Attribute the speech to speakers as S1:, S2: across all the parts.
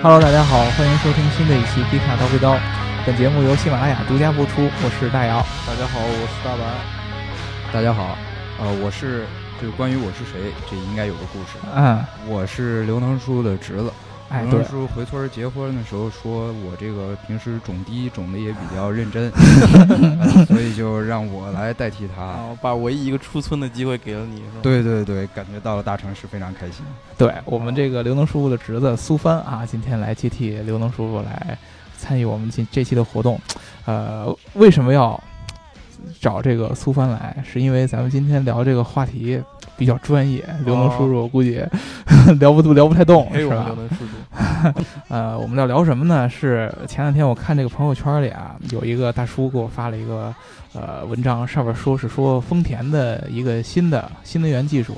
S1: Hello，大家好，欢迎收听新的一期《迪卡大挥刀》，本节目由喜马拉雅独家播出，我是大姚。
S2: 大家好，我是大白。
S3: 大家好，呃，我是就是关于我是谁，这应该有个故事。
S1: 嗯，
S3: 我是刘能叔的侄子。
S2: 嗯
S1: 哎，
S3: 刘
S1: 对
S3: 能，叔回村儿结婚的时候说，我这个平时种地种的也比较认 真，呃所以就让我来代替他。
S2: 啊，把唯一一个出村的机会给了你，是吧？
S3: 对对对，感觉到了大城市非常开心。
S1: 对我们这个刘能叔叔的侄子苏帆啊，今天来接替刘能叔叔来参与我们今这期的活动。呃，为什么要找这个苏帆来？是因为咱们今天聊这个话题比较专业，刘能叔叔估计、 聊不聊不太动，
S2: 哎，
S1: 是啊吧？
S2: 我们刘能叔 叔，
S1: 呃，我们要聊什么呢？是前两天我看这个朋友圈里啊，有一个大叔给我发了一个呃文章，上面说是说丰田的一个新的新能源技术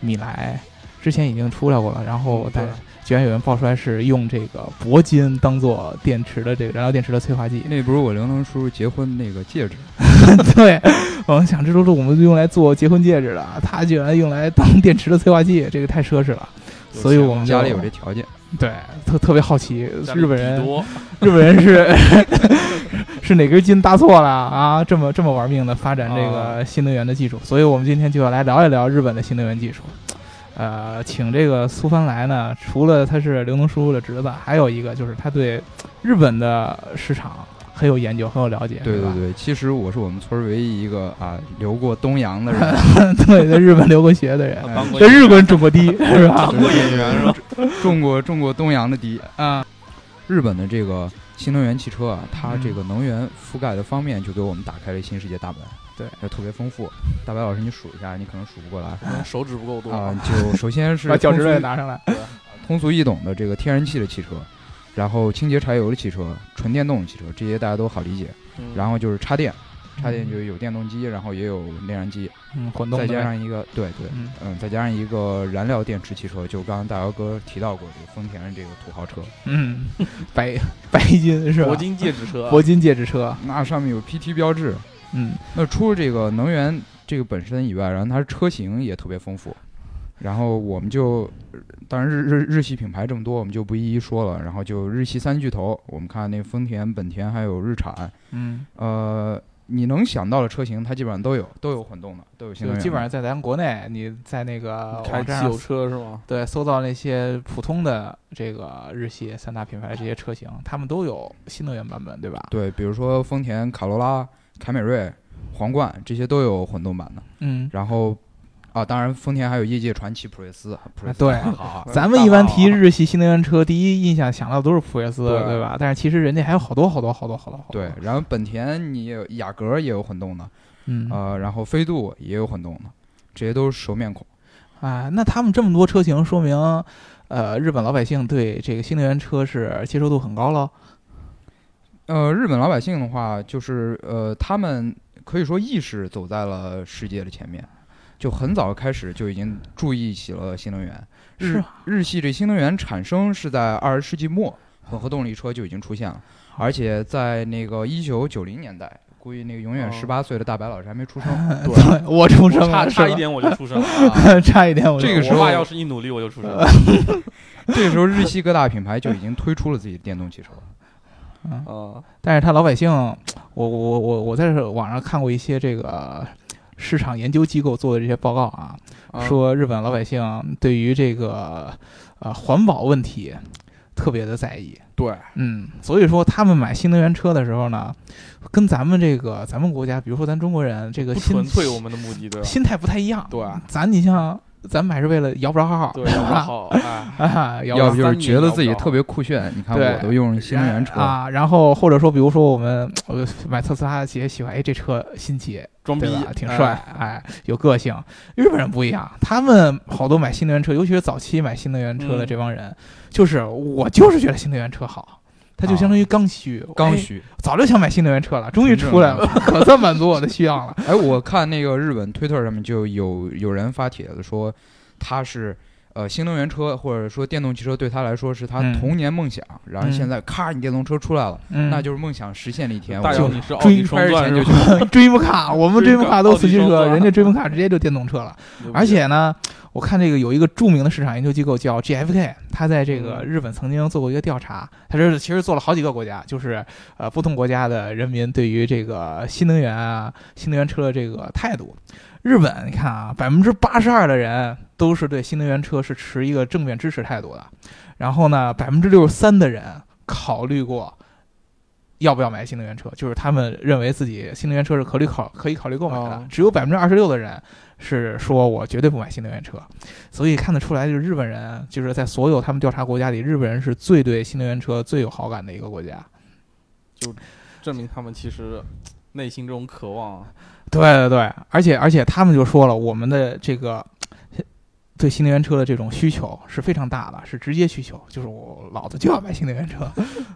S1: 米莱，之前已经出来过了，然后
S2: 嗯
S1: 但
S2: 对
S1: 居然有人爆出来是用这个铂金当做电池的这个燃料电池的催化剂。
S3: 那不是我刘能叔结婚那个戒指，
S1: 对，我们想这都是我们用来做结婚戒指的，它居然用来当电池的催化剂，这个太奢侈了。所以我
S2: 哦
S1: 们就
S3: 家里有这条件，
S1: 对特特别好奇，
S2: 家里
S1: 日本人
S2: 底多，
S1: 日本人是是哪根筋搭错了啊？这么这么玩命的发展这
S3: 啊
S1: 个新能源的技术，所以我们今天就要来聊一聊日本的新能源技术。呃，请这个苏帆来呢，除了他是刘能叔叔的侄子，还有一个就是他对日本的市场很有研究，很有了解，
S3: 对
S1: 是吧
S3: 对？对，其实我是我们村儿唯一一个啊留过东洋 的人，
S1: 对，在日本留过学的人
S2: 啊，
S3: 哎
S2: 当啊过
S1: 在
S2: 演
S1: 日 本种过地，是吧？
S2: 当过演员是吧？
S3: 种过种过东洋的地。
S1: 啊，
S3: 日本的这个新能源汽车啊，它
S1: 嗯
S3: 这个能源覆盖的方面就给我们打开了新世界大门，
S1: 对，
S3: 就特别丰富。大白老师，你数一下，你可能数不过来啊、
S2: 可能嗯手指不够多，
S1: 啊
S3: 就首先 是
S1: 把脚趾头也
S3: 通俗
S1: 拿上来，
S3: 通俗易懂的这个天然气的汽车，然后清洁柴油的汽车、纯电动的汽车，这些大家都好理解。
S2: 嗯
S3: 然后就是插电，插电就有电动机，然后也有内燃机，
S1: 嗯，混动
S3: 再
S1: 的
S3: 加，上一个对对。
S1: 嗯
S3: 嗯，再加上一个燃料电池汽车，就刚刚大姚哥提到过这个丰田的这个土豪车，
S1: 嗯，白白金是吧啊
S2: 铂？金戒指车，啊
S1: 铂金戒指车，
S3: 那上面有 PT 标志，
S1: 嗯，
S3: 那除了这个能源这个本身以外，然后它车型也特别丰富，然后我们就，当然日日日系品牌这么多，我们就不一一说了。然后就日系三巨头，我们看那丰田、本田还有日产，
S1: 嗯，
S3: 呃，你能想到的车型它基本上都有，都有混动的，都有新
S1: 就
S3: 能源的。
S1: 基本上在咱国内，你在那个
S2: 开
S1: 网站
S2: 哦汽油
S1: 上
S2: 车是吗？
S1: 对搜到那些普通的这个日系三大品牌的这些车型，他们都有新能源版本，对吧？
S3: 对，比如说丰田卡罗拉、凯美瑞、皇冠这些都有混动版的。
S1: 嗯，
S3: 然后啊，当然丰田还有业界传奇普锐斯，普锐斯
S1: 对
S3: 好啊，
S1: 咱们一般提
S2: 大佬啊
S1: 日系新能源车，第一印象想到都是普锐斯，
S3: 对
S1: 对吧？但是其实人家还有好多好多好多好多好多。
S3: 对，，然后本田你也有雅阁也有混动的。
S1: 嗯啊、
S3: 呃，然后飞度也有混动的，这些都是熟面孔。
S1: 啊那他们这么多车型，说明呃，日本老百姓对这个新能源车是接受度很高喽。
S3: 呃，日本老百姓的话，就是呃，他们可以说意识走在了世界的前面，就很早开始就已经注意起了新能源。
S1: 是啊
S3: 日日系这新能源产生是在二十世纪末，混合动力车就已经出现了，而且在那个一九九零年代，估计那个永远
S2: 哦
S3: 十八岁的大白老师还没出生。
S2: 对，
S1: 我出
S2: 我
S1: 生
S2: 差
S1: 了，
S2: 差
S1: 是
S2: 一
S1: 吧，
S2: 点我就出 生了啊。
S1: 差一点我就
S3: 这个时候
S2: 我爸要是一努力，我就出生了。
S3: 这个时候，日系各大品牌就已经推出了自己的电动汽车。
S1: 嗯
S2: 啊，
S1: 但是他老百姓，我我我我在网上看过一些这个市场研究机构做的这些报告啊，
S3: 啊
S1: 说日本老百姓对于这个呃环保问题特别的在意，
S2: 对，
S1: 嗯，所以说他们买新能源车的时候呢，跟咱们这个咱们国家，比如说咱中国人这个
S2: 不
S1: 心
S2: 纯粹我们的目的，对吧？
S1: 心态不太一样，
S2: 对啊
S1: 咱你像咱买是为了摇不着号，
S2: 对，要不好，哎，
S1: 啊，摇不
S3: 要
S1: 着
S3: 不
S2: 不
S3: 就是
S2: 三
S3: 觉
S2: 年
S3: 得
S2: 摇
S3: 自己
S2: 不
S3: 特
S2: 着
S3: 别酷炫，你看
S1: 对
S3: 我都用新能源车，
S1: 啊，然后或者说，比如说我们呃买特斯拉也喜欢，哎，这车新奇，
S2: 装逼
S1: 对吧？挺帅，哎，有个性。日本人不一样，他们好多买新能源车，尤其是早期买新能源车的
S2: 嗯
S1: 这帮人，就是我就是觉得新能源车好，他就相当于刚需，
S3: 刚
S1: 哎，
S3: 需。
S1: 早就想买新能源车了，终于
S3: 纯正
S1: 出来了，可算满足我的需要了。
S3: 哎，我看那个日本推特上面就有有人发帖子说，他是呃新能源车或者说电动汽车对他来说是他
S1: 嗯
S3: 童年梦想，然后
S1: 嗯
S3: 现在咔你电动车出来了，
S1: 嗯，
S3: 那就是梦想实现了一天。
S2: 大
S3: 我
S2: 姚，
S3: 就
S2: 你是奥
S1: 追
S2: 迪双
S3: 开始
S2: 钻
S3: 前
S2: 是
S3: 就
S2: 吧
S3: 去？
S1: Dream Car，我们
S2: Dream
S1: Dream
S2: Car，
S1: Car 都
S2: 奥迪
S1: 四驱
S2: 双
S1: 车，
S2: 钻
S1: 人家 Dream Car 直接就电动车了，而且呢，我看这个有一个著名的市场研究机构叫 GFK，它在这个日本曾经做过一个调查，它是其实做了好几个国家，就是呃不同国家的人民对于这个新能源啊、新能源车的这个态度。日本你看啊，百分之八十二的人都是对新能源车是持一个正面支持态度的，然后呢，百分之六十三的人考虑过。要不要买新能源车？就是他们认为自己新能源车是可以考可以考虑购买的，
S2: 哦
S1: 只有百分之二十六的人是说我绝对不买新能源车。所以看得出来，就是日本人就是在所有他们调查国家里，日本人是最对新能源车最有好感的一个国家。
S2: 证明他们其实内心这种渴
S1: 啊
S2: 望，
S1: 对对对，而且而且他们就说了，我们的这个对新能源车的这种需求是非常大的，是直接需求，就是我老子就要买新能源 车。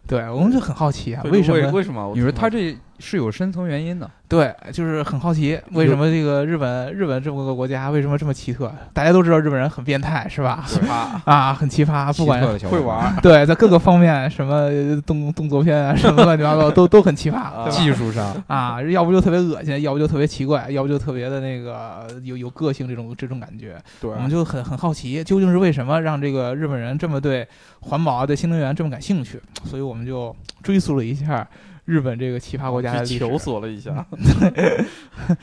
S1: 对，我们就很好奇啊，
S2: 对
S1: 为什么？
S2: 为什么？我
S3: 你说
S2: 挺
S3: 他这是有深层原因的，
S1: 对，就是很好奇，为什么这个日本日本这么个国家为什么这么奇特？大家都知道日本人很变态，是 吧？
S2: 奇葩，
S1: 啊，很奇葩，不
S3: 奇
S1: 管
S3: 特的小
S2: 会
S3: 伙
S2: 玩啊
S3: 伴，
S2: 儿，
S1: 对，在各个方面，什么动动作片啊，什么乱七八糟都都很奇葩，
S2: 啊
S1: 对吧？
S3: 技术 上
S1: 啊，要不就特别恶心，要不就特别奇怪，要不就特别的那个有有个性这种这种感觉，
S2: 对啊
S1: 我们就很很好奇，究竟是为什么让这个日本人这么对环保啊、对新能源这么感兴趣？所以我们就追溯了一下日本这个奇葩国家的历
S2: 去
S1: 史。
S2: 求索了一下，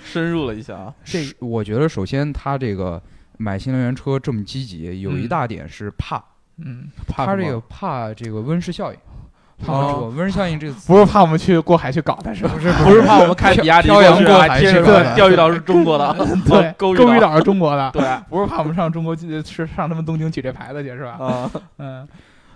S2: 深入了一下啊，
S1: 这
S3: 是我觉得首先他这个买新能源车这么积极，有一
S1: 嗯
S3: 大点是怕，
S1: 嗯，
S2: 怕
S3: 他
S2: 什
S3: 这
S2: 么哦
S3: 个怕这个温室效应。
S1: 怕
S3: 我们
S1: 温
S3: 说温室效应这个词
S1: 不是怕我们去过海去搞它，是吧？
S3: 不是
S2: 不是怕我们开比亚迪
S3: 漂洋
S2: 去
S3: 过
S2: 啊
S3: 海
S2: 天
S3: 是
S2: 上
S3: 吧
S2: 的钓鱼岛是中国 的，
S1: 对，
S2: 勾
S1: 鱼
S2: 岛，
S1: 岛是中国的，
S2: 对啊，
S1: 不是怕我们上中国去是上他们东京举这牌子去是吧？
S2: 啊
S1: 嗯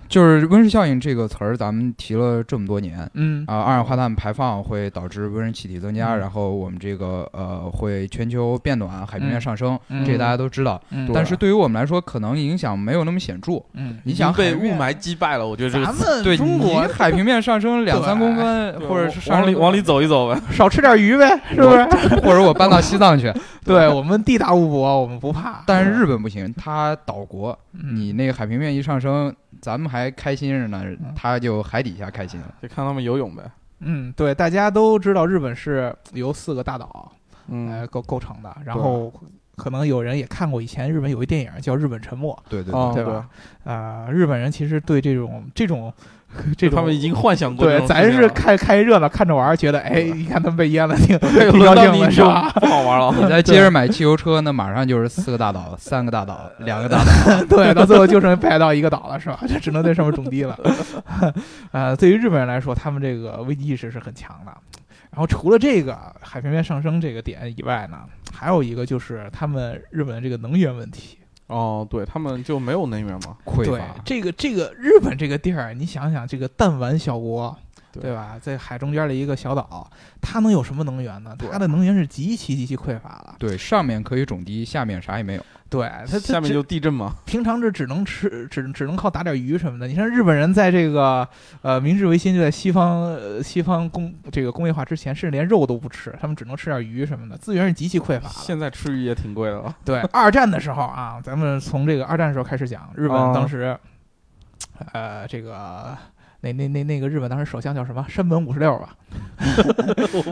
S3: 就是温室效应这个词儿，咱们提了这么多年。
S1: 嗯
S3: 啊，二氧化碳排放会导致温室气体增加，
S1: 嗯
S3: 然后我们这个呃会全球变暖，海平面
S1: 嗯
S3: 上升，
S1: 嗯
S3: 这大家都知道。
S1: 嗯，
S3: 但是对于我们来说，可能影响没有那么显著。
S1: 嗯，
S3: 你想
S2: 被
S3: 海
S2: 雾
S3: 面
S2: 霾击败了，我觉得这个
S1: 咱们
S3: 对
S1: 中国
S3: 你海平面上升两
S1: 对
S3: 三公分，
S2: 对
S3: 或者
S2: 我
S3: 是上
S2: 往里
S3: 升
S2: 往里走一走呗，
S1: 少吃点鱼呗，是不是？
S3: 或者我搬到西藏去。
S1: 对我们地大物博，我们不怕。
S3: 但是日本不行，它岛国，
S1: 嗯
S3: 你那个海平面一上升，咱们还开心着呢，它就海底下开心了。
S2: 就看他们游泳呗，
S1: 嗯，对，大家都知道日本是由四个大岛来
S2: 嗯，
S1: 构构成的，然后可能有人也看过以前日本有一电影叫《日本沉没
S3: 对对
S2: 哦
S3: 对，
S1: 对吧？》，啊，日本人其实对这种这种这
S2: 就
S1: 种
S2: 他们已经幻想过这
S1: 对，
S2: 种
S1: 咱
S2: 事情
S1: 是
S2: 了，
S1: 看看一热闹，看着玩儿，觉得哎，
S2: 对
S1: 你看他们被淹了， 挺挺
S2: 轮
S1: 高
S2: 到
S1: 兴
S2: 你
S1: 的，是
S2: 就
S1: 吧？
S2: 不好玩了，
S3: 你再接着买汽油车，那马上就是四个大岛、三个大岛、两个大岛。
S1: 对，到最后就剩白到一个岛了，是吧？就只能在上面种地了。 呃，对于日本人来说，他们这个危机意识是很强的。然后除了这个海平面上升这个点以外呢，还有一个就是他们日本的这个能源问题。
S2: 哦，对他们就没有能源嘛，
S3: 匮
S1: 对
S3: 乏，，
S1: 这个这个日本这个地儿，你想想，这个弹丸小国，
S2: 对
S1: 对吧？在海中间的一个小岛，它能有什么能源呢？
S2: 对
S1: 它的能源是极其极其匮乏的。
S3: 对，上面可以种地，下面啥也没有。
S1: 对，它它
S2: 下面
S1: 这
S2: 就地震嘛，
S1: 平常这只能吃， 只只能靠打点鱼什么的。你像日本人在这个呃明治维新就在西方呃西方工这个工业化之前，甚至连肉都不吃，他们只能吃点鱼什么的，资源是极其匮乏的。
S2: 现在吃鱼也挺贵的了，
S1: 对，二战的时候啊，咱们从这个二战的时候开始讲，日本
S2: 哦
S1: 当时，呃，这个那那那那个日本当时首相叫什么？山本五十六吧。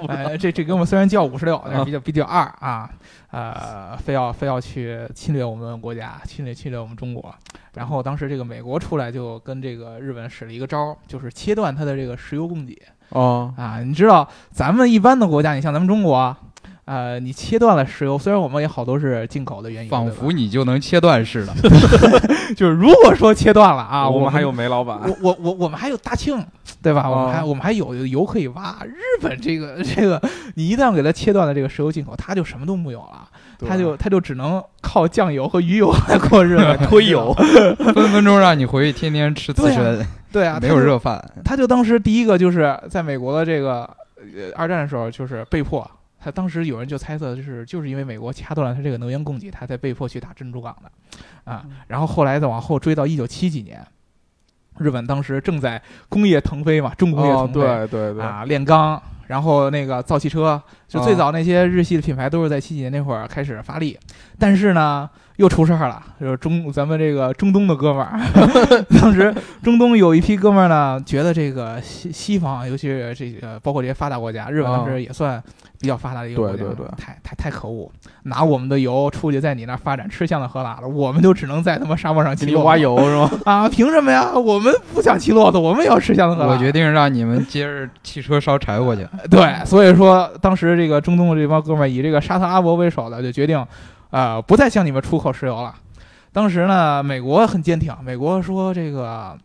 S1: 呃，这这跟我们虽然叫五十六，但是比较比较二啊，呃，非要非要去侵略我们国家，侵略侵略我们中国。然后当时这个美国出来就跟这个日本使了一个招儿，就是切断它的这个石油供给
S2: 哦，
S1: 啊。你知道咱们一般的国家，你像咱们中国，呃，你切断了石油，虽然我们也好多是进口的原油，
S3: 仿
S1: 对吧
S3: 佛你就能切断似的。
S1: 就是如果说切断了啊，
S2: 我
S1: 们
S2: 们还有煤老板，
S1: 我我我我们还有大庆，对吧？
S2: 哦
S1: 我们还我们还有油可以挖。日本这个这个，你一旦给它切断了这个石油进口，它就什么都没有了，
S2: 对，
S1: 它就它就只能靠酱油和鱼油来过日子
S2: 推油，
S3: 分分钟让你回去天 天吃刺
S1: 对啊
S3: 身，
S1: 对啊，
S3: 没有
S1: 它就。
S3: 热饭。
S1: 他就当时第一个就是在美国的这个呃二战的时候，就是被迫。他当时有人就猜测，就是就是因为美国掐断了他这个能源供给，他才被迫去打珍珠港的，啊，然后后来再往后追到一九七几年，日本当时正在工业腾飞嘛，重工业
S2: 哦
S1: 腾，飞，
S2: 对对对，
S1: 啊，炼钢，然后那个造汽车，就最早那些日系的品牌都是在七几年那会儿开始发力，但是呢，又出事儿了，就是中咱们这个中东的哥们儿， 当时中东有一批哥们儿呢，觉得这个西西方，尤其是这个包括这些发达国家，日本当时也算比较发达的一个国家，
S2: 啊对对对
S1: 太太太可恶，拿我们的油出去在你那儿发展吃香的喝辣的，我们就只能在他妈沙漠上骑
S2: 给你
S1: 骆
S2: 挖
S1: 驼
S2: 油是吗？
S1: 啊！凭什么呀？我们不想骑骆驼，我们也要吃香的喝辣。
S3: 我决定让你们接着汽车烧柴 火去。
S1: 对，所以说当时这个中东的这帮哥们儿以这个沙特阿拉伯为首的，就决定，呃，不再向你们出口石油了。当时呢，美国很坚挺，美国说这个。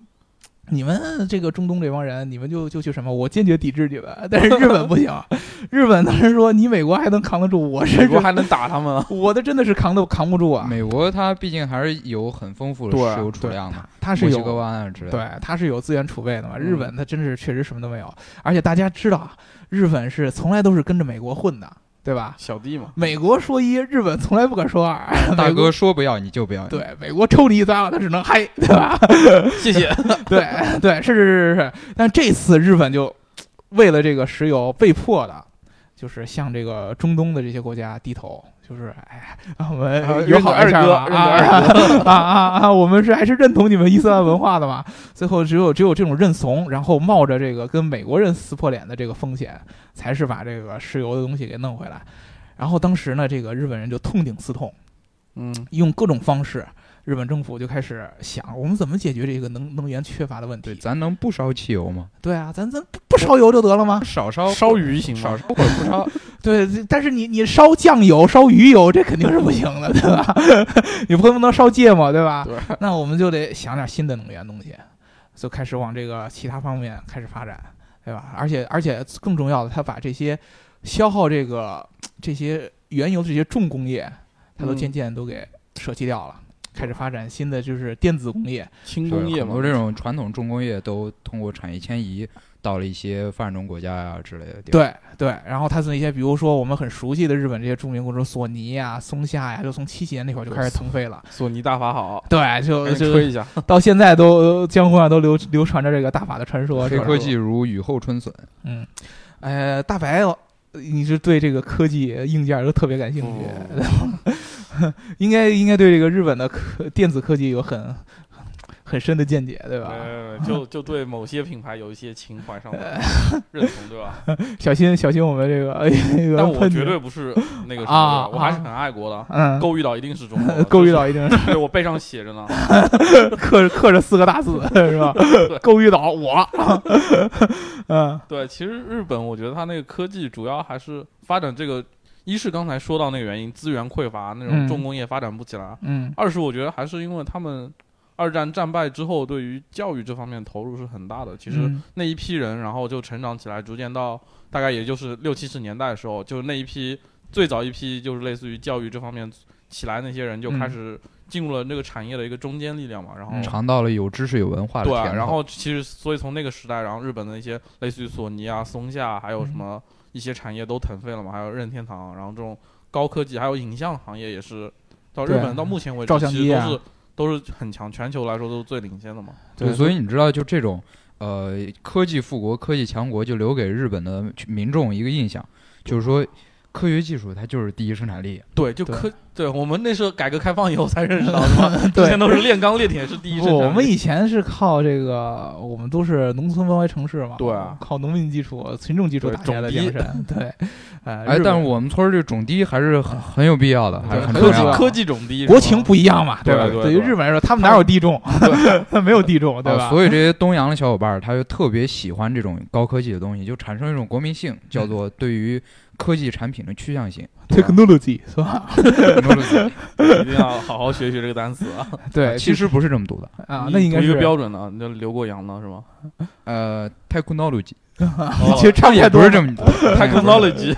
S1: 你们这个中东这帮人，你们就就去什么？我坚决抵制你们。 但是日本不 行，日本当时说你美国还能扛得住，我
S2: 美
S1: 是
S2: 国还能打他们 啊？
S1: 我的真的是扛都扛不住啊。
S3: 美国它毕竟还是有很丰富的
S2: 对
S3: 石油储量的，
S1: 他是
S3: 墨
S1: 有
S3: 西哥湾啊之类的。
S1: 对，它是有资源储备的嘛。日
S2: 嗯
S1: 本它真是确实什么都没有，而且大家知道，啊，日本是从来都是跟着美国混的，对吧？
S2: 小弟嘛，
S1: 美国说一，日本从来不敢说二。
S3: 大
S1: 美国
S3: 哥说不要你就不要，
S1: 对美国抽你一嘴巴，他只能嗨，对吧？
S2: 谢谢。
S1: 对对，是是是是。但这次日本就为了这个石油，被迫的，就是向这个中东的这些国家低头。就是，哎，啊我
S2: 啊
S1: 们友好一
S2: 认
S1: 下
S2: 可
S1: 吧，
S2: 二哥
S1: 啊啊啊啊！我们是还是认同你们伊斯兰文化的嘛？最后只有只有这种认怂，然后冒着这个跟美国人撕破脸的这个风险，才是把这个石油的东西给弄回来。然后当时呢，这个日本人就痛定思痛，
S2: 嗯，
S1: 用各种方式，日本政府就开始想，我们怎么解决这个能能源缺乏的问
S3: 对，
S1: 题？
S3: 咱能不烧汽油吗？
S1: 对啊，咱咱不不烧油就得了吗？
S3: 少烧
S2: 烧鱼行
S3: 少
S2: 吗？
S3: 烧或者不烧，
S1: 对，这但是你你烧酱油、烧鱼油，这肯定是不行的，对吧？ 你不能烧芥末，对吧？
S2: 对，
S1: 那我们就得想点新的能源东西，就开始往这个其他方面开始发展，对吧？而且而且更重要的，他把这些消耗这个这些原油的这些重工业，他都
S2: 嗯
S1: 渐渐都给舍弃掉了，开始发展新的就是电子工业。
S2: 轻工业
S3: 很
S2: 嘛
S3: 多，这种传统重工业都通过产业迁移到了一些发展中国家呀之类的地方。
S1: 对对，然后它是一些比如说我们很熟悉的日本这些著名工程，索尼呀、松下呀、就从七几年那会儿就开始腾飞了。
S2: 索尼大法好，
S1: 对，就
S2: 赶紧
S1: 呃就
S2: 吹一下。
S1: 到现在都江湖上都流流传着这个大法的传说，
S3: 黑
S1: 是吧
S3: 科技如雨后春笋，
S1: 嗯，呃，大白，呃你是对这个科技硬件都特别感兴趣， 应该应该对这个日本的科电子科技有很很深的见解，对 吧？
S2: 呃，就就对某些品牌有一些情怀上的认同，对吧？
S1: 小心小心我们这个那个
S2: 但我
S1: 喷
S2: 绝
S1: 你
S2: 对不是那个什
S1: 啊
S2: 么的，我还是很爱国的。
S1: 嗯，
S2: 勾玉岛一定是中国的，
S1: 勾玉
S2: 就是
S1: 岛一定
S2: 对我背上写着呢。
S1: 是刻刻着四个大 字是吧？勾玉岛我，嗯
S2: 对，其实日本我觉得它那个科技主要还是发展这个，一是刚才说到那个原因，资源匮乏，那
S1: 嗯
S2: 种重工业发展不起来；
S1: 嗯
S2: 二是我觉得还是因为他们二战战败之后，对于教育这方面投入是很大的。其实
S1: 嗯
S2: 那一批人，然后就成长起来，逐渐到大概也就是六七十年代的时候，就那一批最早一批就是类似于教育这方面起来那些人，就
S1: 嗯
S2: 开始进入了这个产业的一个中坚力量嘛，然后。
S1: 嗯
S3: 尝到了有知识有文化的
S2: 对
S3: 甜
S2: 啊，
S3: 头。
S2: 然后其实所以从那个时代，然后日本的一些类似于索尼啊、松下，还有
S1: 嗯
S2: 什么一些产业都腾飞了嘛，还有任天堂，然后这种高科技还有影像行业也是到日
S1: 对
S2: 本到目前为
S1: 照
S2: 止
S1: 相
S2: 其实
S1: 机
S2: 都
S1: 啊
S2: 是都是很强，全球来说都是最领先的嘛。
S3: 对，所以你知道，就这种呃科技富国、科技强国，就留给日本的民众一个印象，就是说科学技术它就是第一生产力。
S2: 对，就
S1: 对
S2: 科对我们那时候改革开放以后才认识到的嘛，
S1: 对
S2: 之前都是炼钢炼铁是第一生
S1: 不，
S2: 产力。
S1: 我们以前是靠这个，我们都是农村包围城市嘛，
S2: 对啊
S1: 靠农民基础、群众基础
S2: 对
S1: 打下的
S2: 种
S1: 江
S2: 地
S1: 山，对，呃，
S3: 哎，
S1: 日
S3: 但
S1: 本
S3: 是我们村儿这种地还是很很有必要的，还
S2: 对
S3: 是很
S1: 很
S3: 重
S1: 有必
S3: 要
S2: 科技
S1: 要
S3: 的。
S2: 科技种第一，
S1: 国情不一样嘛，
S2: 对
S1: 吧？
S2: 对
S1: 对于
S2: 对
S1: 日本来说，他们哪有地种，没有地种，对
S3: 啊
S1: 吧？
S3: 所以这些东洋的小伙伴儿，他就特别喜欢这种高科技的东西，就产生一种国民性，叫做对于科技产品的趋 向性。啊
S1: technology 是吧？
S2: 一定要好好学学这个单词啊！
S1: 对，
S3: 其实不是这么读的，
S1: 啊，
S2: 你
S1: 那应该
S2: 读一
S1: 是
S2: 个标准的啊，你就留过洋了 是吗？哦
S3: 呃，technology
S1: 哦其实差不太
S3: 也
S1: 多
S3: 不
S1: 了
S3: 是这么读 的
S2: technology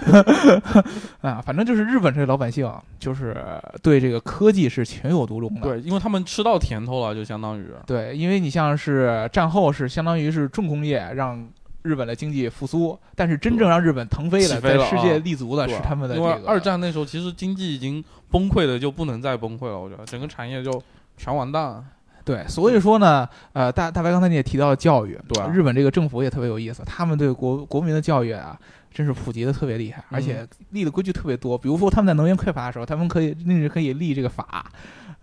S1: 啊，反正就是日本这老百姓，就是对这个科技是情有独钟的。
S2: 对，因为他们吃到甜头了，就相当于
S1: 对，因为你像是战后是相当于是重工业让。日本的经济复苏，但是真正让日本腾飞
S2: 起
S1: 了，
S2: 飞了
S1: 在世
S2: 啊
S1: 界立足的
S2: 对
S1: 是
S2: 啊
S1: 他们的这
S2: 因为
S1: 个
S2: 二战那时候其实经济已经崩溃的就不能再崩溃了，我觉得整个产业就全完蛋了。
S1: 对，所以说呢，呃，大大白刚才你也提到了教育，
S2: 对啊
S1: 日本这个政府也特别有意思，他们对国国民的教育啊，真是普及的特别厉害，而且
S2: 嗯
S1: 立的规矩特别多。比如说他们在能源匮乏的时候，他们可以甚至可以立这个法，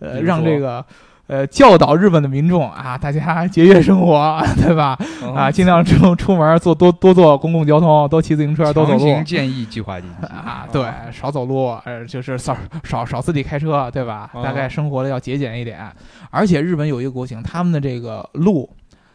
S2: 比
S1: 呃，
S2: 如
S1: 让
S2: 说
S1: 这个呃教导日本的民众啊，大家 节约生活，对吧？
S2: 哦
S1: 啊，尽量出 出门坐多多坐公共交通，多骑自行车，多啊走
S3: 强
S1: 路
S3: 行。建议计划经济。
S1: 啊，对，
S2: 哦
S1: 少走路，呃，就是少少少自己开车，对吧？
S2: 啊
S1: 大概生活的要节俭一点。而且日本有一个国情，他们的这个路，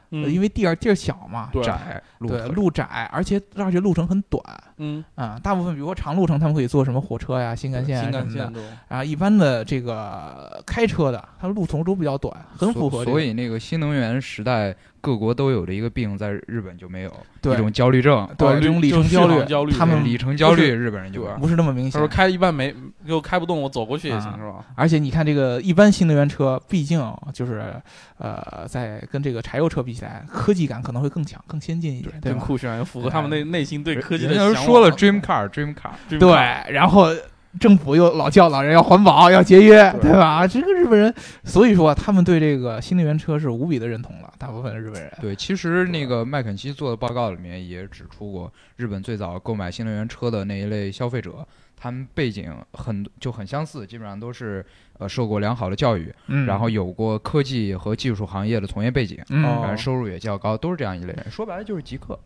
S1: 呃因
S2: 为
S1: 为地儿地儿小嘛，
S2: 嗯对
S3: 窄 路
S1: 对，
S3: 口
S1: 路窄，而且而且路程很短
S2: 嗯，
S1: 啊、大部分比如说长路程，他们可以坐什么火车呀、新干线啊
S2: 新
S1: 什
S2: 干
S1: 么的
S2: 线。中，
S1: 啊，一般的这个开车的，它路途都比较短，很符合、这个。
S3: 所以那个新能源时代，各国都有的一个病，在日本就没有
S1: 对
S3: 一种焦虑症，
S2: 哦
S1: 对这
S2: 绿
S1: 种里
S2: 就
S1: 程
S2: 是
S1: 焦
S2: 续航
S1: 虑，
S2: 焦虑
S1: 他们
S3: 里程焦
S2: 不
S3: 虑，
S2: 是
S3: 日本人就有。
S1: 不是那么明
S2: 他
S1: 显
S2: 说。开一半没又开不动，我走过去也行
S1: 啊
S2: 是吧？
S1: 而且你看，这个一般新能源车，毕竟就是呃，在跟这个柴油车比起来，科技感可能会更强、更先进一点，对
S2: 更
S1: 吧？
S2: 酷炫，也符合他们内内心对科技的
S3: 人家
S2: 向
S3: 都
S2: 往。
S3: 说了 dream car，dream car，
S2: 对
S1: 对，然后政府又老教导人要环保、要节约，
S2: 对
S1: 对吧？这个日本人，所以说他们对这个新能源车是无比的认同了，大部分的日本人。
S3: 对，其实那个麦肯锡做的报告里面也指出过，日本最早购买新能源车的那一类消费者，他们背景很就很相似，基本上都是呃受过良好的教育，
S1: 嗯，
S3: 然后有过科技和技术行业的从业背景，
S1: 嗯，
S2: 哦
S3: 然后收入也较高，都是这样一类人。说白了就是极客。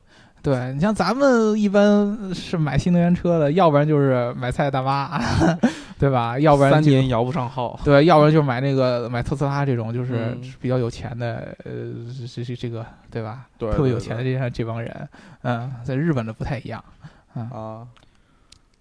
S1: 对你像咱们一般是买新能源车的，要不然就是买菜大妈， 对吧？要不然
S2: 三
S1: 就
S2: 年摇不 上号。
S1: 对，要不然就买那个买特斯拉这种，就是
S2: 嗯
S1: 比较有钱的，呃，这这这个对吧？
S2: 对
S1: 特别
S2: 对
S1: 有钱的
S2: 对
S1: 这这帮人，嗯，在日本的不太一样。
S2: 啊，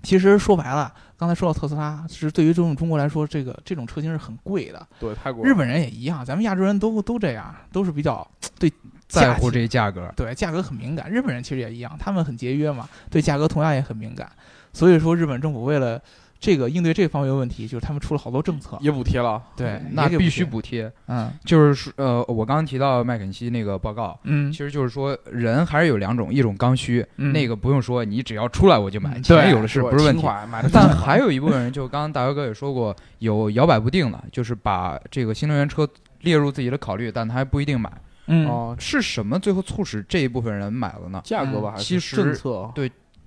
S1: 其实说白了，刚才说到特斯拉，其实对于这种中国来说，这个这种车型是很贵的。
S2: 对泰国
S1: 日本人也一样，咱们亚洲人都都这样，都是比较对
S3: 在
S1: 价
S3: 乎
S1: 钱
S3: 这价格，
S1: 对价格很敏感。日本人其实也一样，他们很节约嘛，对价格同样也很敏感。所以说，日本政府为了这个应对这方面问题，就是他们出了好多政策。
S2: 也补贴了，
S1: 对，
S3: 那
S1: 也给
S3: 必须
S1: 补
S3: 补贴。
S1: 贴。嗯
S3: 就是说，呃，我刚刚提到麦肯锡那个报告，
S1: 嗯
S3: 其，实就是说人还是有两种，一种刚需，
S1: 嗯
S3: 那个不用说，你只要出来我就买，
S1: 嗯
S3: 钱
S1: 对
S3: 有的是，
S2: 对
S3: 不是问题
S2: 轻。快买的
S3: 但还有一部分人，就刚刚大姚哥也说过，有摇摆不定的，就是把这个新能源车列入自己的考虑，但他还不一定买。
S1: 嗯
S2: 哦，
S3: 是什么最后促使这一部分人买了呢？
S2: 价格吧，
S1: 嗯
S2: 还
S3: 其
S2: 是政
S3: 实
S2: 策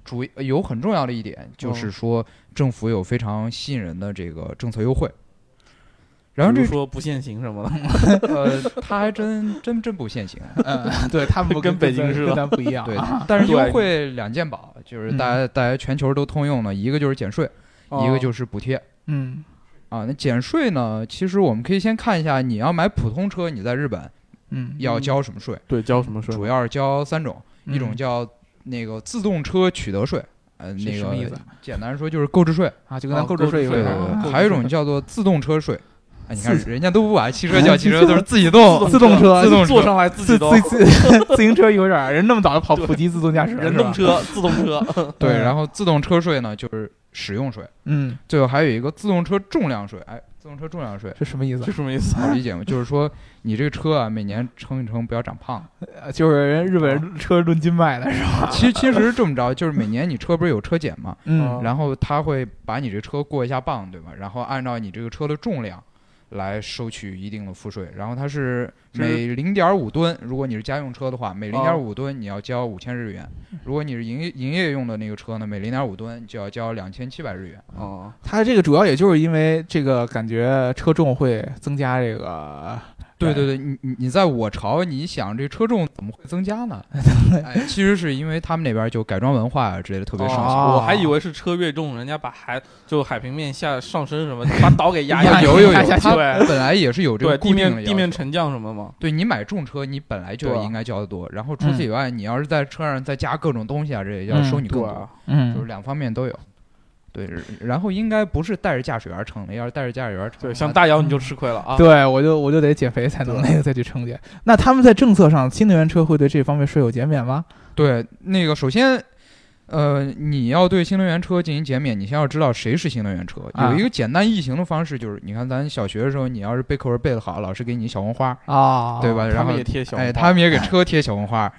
S3: 主呃有很重要的一点就是说，政府有非常吸引人的这个政策优惠。然后
S2: 比
S3: 这
S2: 如说不限行什么的，
S3: 呃，他还真真真不啊限行，
S1: 嗯， 对他们不
S2: 跟北京似的
S1: 跟咱不一样。
S3: 对
S1: 啊，
S3: 但是
S2: 对
S3: 优惠两件宝，就是大家大家全球都通用的，一个就是减税，一个
S2: 哦
S3: 就是补贴。
S1: 嗯
S3: 啊，那减税呢？其实我们可以先看一下，你要买普通车，你在日本
S1: 嗯，
S3: 要交什么税？
S2: 对交什么税？
S3: 主要是交三种，一种
S1: 嗯
S3: 叫那个自动车取得税，呃，
S1: 是
S3: 那
S1: 什么意思
S3: 个简单说就是购置税，
S1: 啊，就跟咱
S2: 哦
S1: 购置税一
S2: 购置
S1: 回
S3: 对
S2: 税
S1: 事儿
S3: 对
S2: 啊
S1: 啊
S3: 对，
S2: 购
S3: 还有一
S2: 置
S3: 种
S2: 税
S3: 叫做自动车税。啊，你看
S1: 自
S3: 人家都不把汽车叫汽车，
S1: 自
S3: 都是自己动，
S1: 自动车
S3: 自动
S2: 坐
S3: 车。
S2: 上来自己
S1: 自
S2: 都
S1: 自 自自行车一回事儿，人那么早就跑普及自动驾驶，
S2: 人
S1: 是吧
S2: 动，车、自动 车，
S3: 对，然后自动车税呢就是使用税，
S1: 嗯，
S3: 最后还有一个自动车重量税。哎，自动车重量税
S1: 是什么意思
S2: 这？什么 意思？
S3: 好理解吗？就是说你这个车啊，每年称一称，不要长胖了。
S1: 呃就是人日本人车论斤卖的是吧？
S3: 其其实这么着，就是每年你车不是有车检嘛，
S1: 嗯
S3: 然后他会把你这车过一下磅，对吧？然后按照你这个车的重量来收取一定的赋税，然后它是
S2: 是
S3: 每零点五吨，如果你是家用车的话，每零点五吨你要交五千日元；如果你是营业营业用的那个车呢，每零点五吨就要交两千七百日元。
S2: 哦，
S1: 它这个主要也就是因为这个感觉车重会增加这个，
S2: 哎
S3: 对对对，你你你在我朝，你想这车重怎么会增加 呢？哎，其实是因为他们那边就改装文化啊之类的特别盛行。
S1: 哦
S2: 我还以为是车越重，人家把海就海平面下上升什么，把岛给压
S1: 压
S2: 下去，
S3: 有有有，
S1: 下
S3: 它
S2: 对
S3: 本来也是有这
S2: 对
S3: 个
S2: 地
S3: 固定的
S2: 面
S3: 要
S2: 地面
S3: 求
S2: 沉降什么嘛，
S3: 对你买重车，你本来就
S2: 对啊嗯
S3: 应该交的多，然后除此以外，你要是在车上再加各种东西啊，这也要收你更多，
S2: 对啊，
S3: 就是
S1: 嗯，
S3: 两方面都有。对，然后应该不是带着驾驶员乘的，要是带着驾驶员乘，
S2: 对，像大姚你就吃亏了啊，
S1: 对我就我就得减肥才能那个再去称去。那他们在政策上，新能源车会对这方面税有减免吗？
S3: 对那个首先。呃，你要对新能源车进行减免，你先要知道谁是新能源车。
S1: 啊
S3: 有一个简单易行的方式，就是你看咱小学的时候，你要是背课文背得好，老师给你小红花，
S1: 啊，
S3: 对吧？
S2: 他
S3: 然后
S2: 们也贴小
S3: 哎，
S2: 红花
S3: 他们也给车贴小红 花，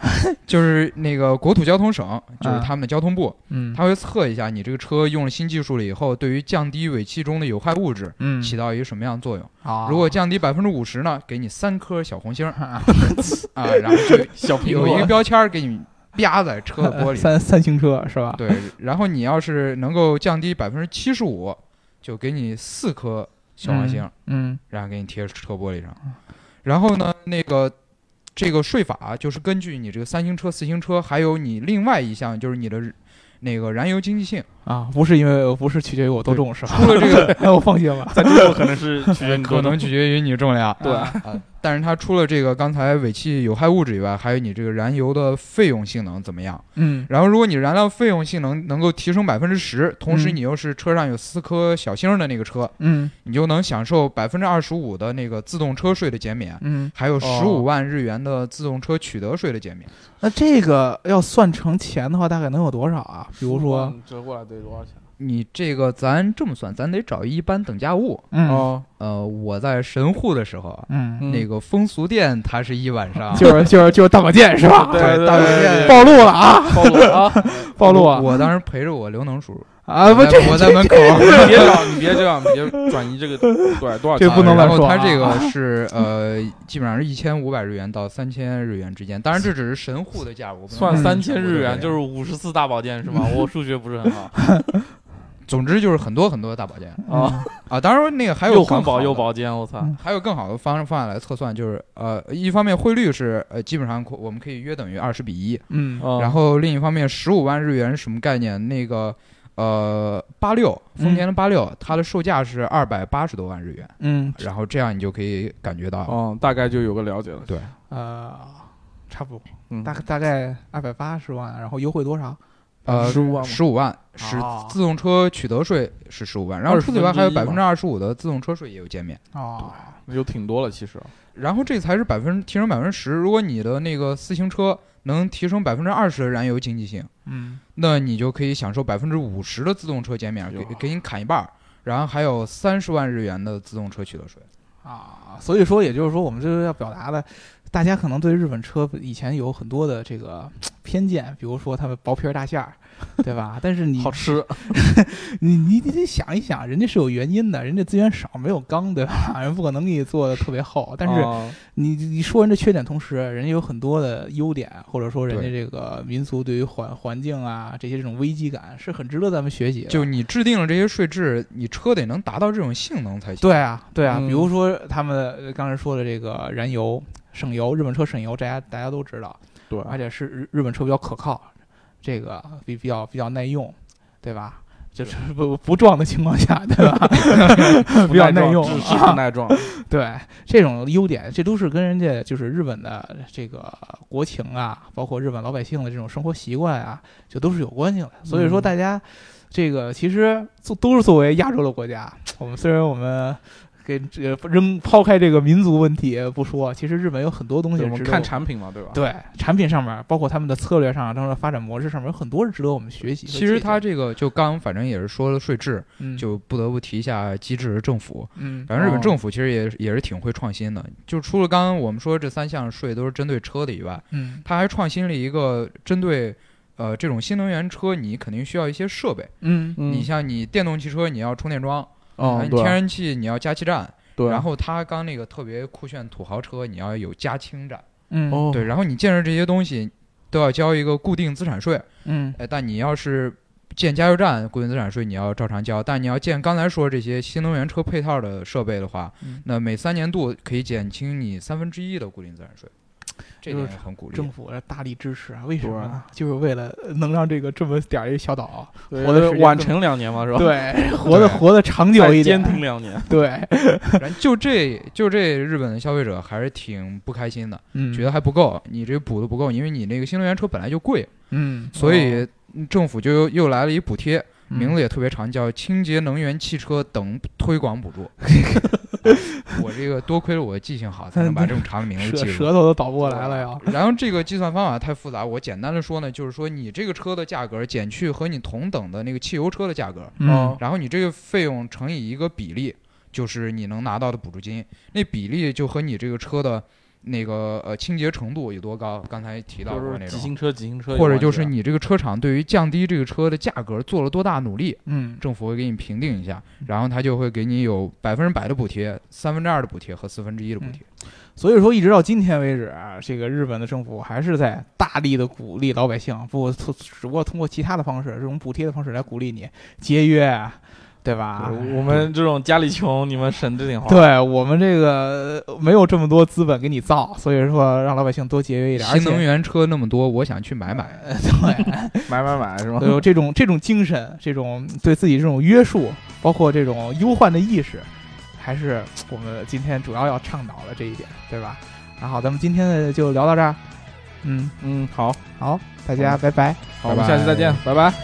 S3: 就是那个国土交通省，就是
S1: 啊
S3: 他们的交通部，
S1: 嗯，
S3: 它会测一下你这个车用了新技术了以后，对于降低尾气中的有害物质
S1: 嗯，
S3: 起到一个什么样的作用。
S1: 啊
S3: 如果降低百分之五十 呢，给你三颗小红星儿
S1: 啊
S3: 啊，然后就
S2: 小苹
S3: 有一个
S2: 果，
S3: 标签儿给你啪在车 的玻璃。
S1: 三三星车是吧？
S3: 对，然后你要是能够降低百分之七十五，就给你四颗小氪星，
S1: 嗯，
S3: 然后给你贴车玻璃上。然后呢，那个这个税法就是根据你这个三星车、四星车，还有你另外一项就是你的那个燃油经济性，
S1: 嗯啊，不是因为不是取决于我多重是吧？
S3: 除了这个
S1: 我放心 了。
S2: 在中国可能是取决于你
S3: 可
S2: 多
S3: 能取决于你 重量。
S2: 对
S3: 啊，但是它除了这个刚才尾气有害物质以外，还有你这个燃油的费用性能怎么样？
S1: 嗯
S3: 然后，如果你燃料费用性能能够提升百分之十，同时
S1: 嗯
S3: 你又是车上有四颗小星儿的那个车，
S1: 嗯
S3: 你就能享受百分之二十五的那个自动车税的减免，
S1: 嗯，
S3: 还有
S2: 哦
S3: 十五万日元的自动车取得税的减免。
S1: 那这个要算成钱的话，大概能有多少啊？比如说，
S2: 折过来得多少钱？
S3: 你这个咱这么算，咱得找一般等价物。
S1: 嗯
S2: 哦，
S3: 呃，我在神户的时候啊，
S1: 嗯，
S2: 嗯
S3: 那个风俗店它是一晚上，
S1: 就是就是就是大保健是吧？
S2: 对对
S3: 大
S2: 对
S3: 保健
S2: 对
S1: 暴露了啊！
S2: 暴露了啊！
S1: 暴露啊！
S3: 我我当时陪着我刘能叔叔，
S1: 啊，不
S3: 我
S1: 这
S3: 在我在门口。
S2: 你别搞，你别这样，你别转移这个对多少
S1: 这
S2: 钱？
S1: 不能乱
S3: 然后
S1: 说啊
S3: 它这个是呃，基本上是一千五百日元到三千日元之间，当然这只是神户的价，我不能。
S2: 算
S1: 嗯
S2: 三千日元就是是五十次大保健是吗？ 我数学不是很好
S3: 总之就是很多很多的大保健
S2: 啊，
S3: 啊，当然那个还有
S2: 又
S3: 更好
S2: 环保
S3: 的嗯
S2: 又，保健，我操！
S3: 还有更好的方方法来测算，就是呃，一方面汇率是呃基本上可我们可以约等于二十比一，
S1: 嗯
S3: 然
S2: 后
S3: 后另一方面十五万日元是什么概念？那个呃八六丰田的八六，它的售价是二百八十多万日元，
S1: 嗯
S3: 然后这样你就可以感觉到
S2: 嗯，大概就有个了解了。
S3: 对。
S1: 呃，差不多，
S2: 嗯
S1: 大大概二百八十万，然后优惠多少？
S3: 呃
S1: 15万吗
S3: 十五万是
S1: 哦
S3: 自动车取得税是十五万，然后除此以外还有
S2: 21%
S3: 百分之二十五的自动车税也有减免，
S1: 哦，
S2: 有挺多了，其实
S3: 然后这才是百分提升百分之十。如果你的那个自行车能提升百分之二十的燃油经济性，
S1: 嗯
S3: 那你就可以享受百分之五十的自动车减免，
S2: 哟
S3: 给给你砍一半儿，然后还有三十万日元的自动车取得税。
S1: 啊，所以说，也就是说，我们这个要表达的，大家可能对日本车以前有很多的这个偏见，比如说他们薄皮儿大馅儿，对吧？但是你
S2: 好吃，
S1: 你你你得想一想，人家是有原因的，人家资源少，没有钢，对吧？ 人不可能给你做的特别厚，但是
S2: 啊
S1: 你你说人的缺点，同时人家有很多的优点，或者说人家
S3: 对
S1: 这个民族对于环环境啊这些这种危机感是很值得咱们学习的。
S3: 就你制定了这些税制，你车得能达到这种性能才行。
S1: 对啊，对啊，
S2: 嗯
S1: 比如说他们呃刚才说的这个燃油省油，日本车省油，大家大家都知道，
S2: 对，
S1: 而且是日日本车比较可靠，这个比比较比较耐用，对吧？就是不不撞的情况下，对吧？ 比较耐用
S2: 是是不耐撞，
S1: 对这种优点，这都是跟人家就是日本的这个国情啊，包括日本老百姓的这种生活习惯啊，就都是有关系的。所以说，
S2: 嗯
S1: 大家这个其实作都是作为亚洲的国家，我们虽然我们。给这个扔抛开这个民族问题不说，其实日本有很多东西
S2: 对我
S1: 值
S2: 们
S1: 得
S2: 看产品嘛，对吧？
S1: 对产品上面，包括他们的策略上，他们的发展模式上面，有很多是值得我们学习和借
S3: 其
S1: 鉴的。
S3: 实它这个就刚反正也是说了税制，
S1: 嗯
S3: 就不得不提一下机制政府。
S1: 嗯
S3: 反正日本
S2: 哦
S3: 政府其实也、也是挺会创新的，就除了刚刚我们说这三项税都是针对车的以外，
S1: 嗯
S3: 它还创新了一个针对呃这种新能源车，你肯定需要一些设备。
S1: 嗯
S2: 嗯，
S3: 你像你电动汽车你要充电桩，
S2: 哦
S3: 啊你
S2: 对
S3: 天然气你要加气站，
S2: 对，
S3: 然后它刚那个特别酷炫土豪车你要有加氢站，
S1: 嗯
S2: 哦
S3: 对，然后你建设这些东西都要交一个固定资产税，
S1: 嗯
S3: 哎，但你要是建加油站固定资产税，你要照常交；但你要建刚才说这些新能源车配套的设备的话，
S1: 嗯
S3: 那每三年度可以减轻你三分之一的固定资产税，这
S1: 就是
S3: 点很鼓励
S1: 政。府大力支持啊，为什么
S2: 对
S1: 呢？就是为了能让这个这么点儿一个小岛，
S2: 对
S1: 活的时间
S2: 晚
S1: 更
S2: 成两年嘛，是吧？，
S1: 对，活得活得长久一
S2: 坚
S1: 点，
S2: 挺两年，
S1: 对，
S3: 然后就这就这日本的消费者还是挺不开心的，
S1: 嗯，
S3: 觉得还不够，你这补的不够，因为你那个新能源车本来就贵，
S1: 嗯，
S3: 所以政府就又又来了一补贴，
S1: 嗯
S3: 名字也特别长，叫清洁能源汽车等推广补助。 我这个多亏了我记性好，才能
S1: 嗯
S3: 把这么长的名字
S1: 舌
S3: 记啊住
S1: 舌。头都倒不过来了要，
S3: 然后这个计算方法太复杂，我简单的说呢，就是说你这个车的价格减去和你同等的那个汽油车的价格，
S2: 哦
S1: 嗯
S3: 然后你这个费用乘以一个比例，就是你能拿到的补助金，那比例就和你这个车的那个呃清洁程度有多高，刚才提到
S2: 就
S3: 过
S2: 是
S3: 那
S2: 急
S3: 种，
S2: 行车，急行车有关系啊，
S3: 或者就是你这个车厂对于降低这个车的价格做了多大努力，
S1: 嗯
S3: 政府会给你评定一下，然后他就会给你有百分之百的补贴、三分之二的补贴和四分之一的补贴。
S1: 所以说，一直到今天为止啊，这个日本的政府还是在大力的鼓励老百姓，不，只不过通过其他的方式，这种补贴的方式来鼓励你节约，啊对吧？
S2: 我们这种家里穷，你们省着点花。
S1: 对我们这个呃没有这么多资本给你造，所以说让老百姓多节约一点。而
S3: 新能
S1: 且，
S3: 源车那么多，我想去买买。
S4: 买买买是吗？
S1: 对，有这种这种精神，这种对自己这种约束，包括这种忧患的意识，还是我们今天主要要倡导的这一点，对吧？那好，咱们今天的就聊到这儿。嗯，
S2: 嗯，好，
S1: 好，大家拜拜。
S3: 拜
S2: 好，我们下期再
S3: 拜
S2: 见，拜拜。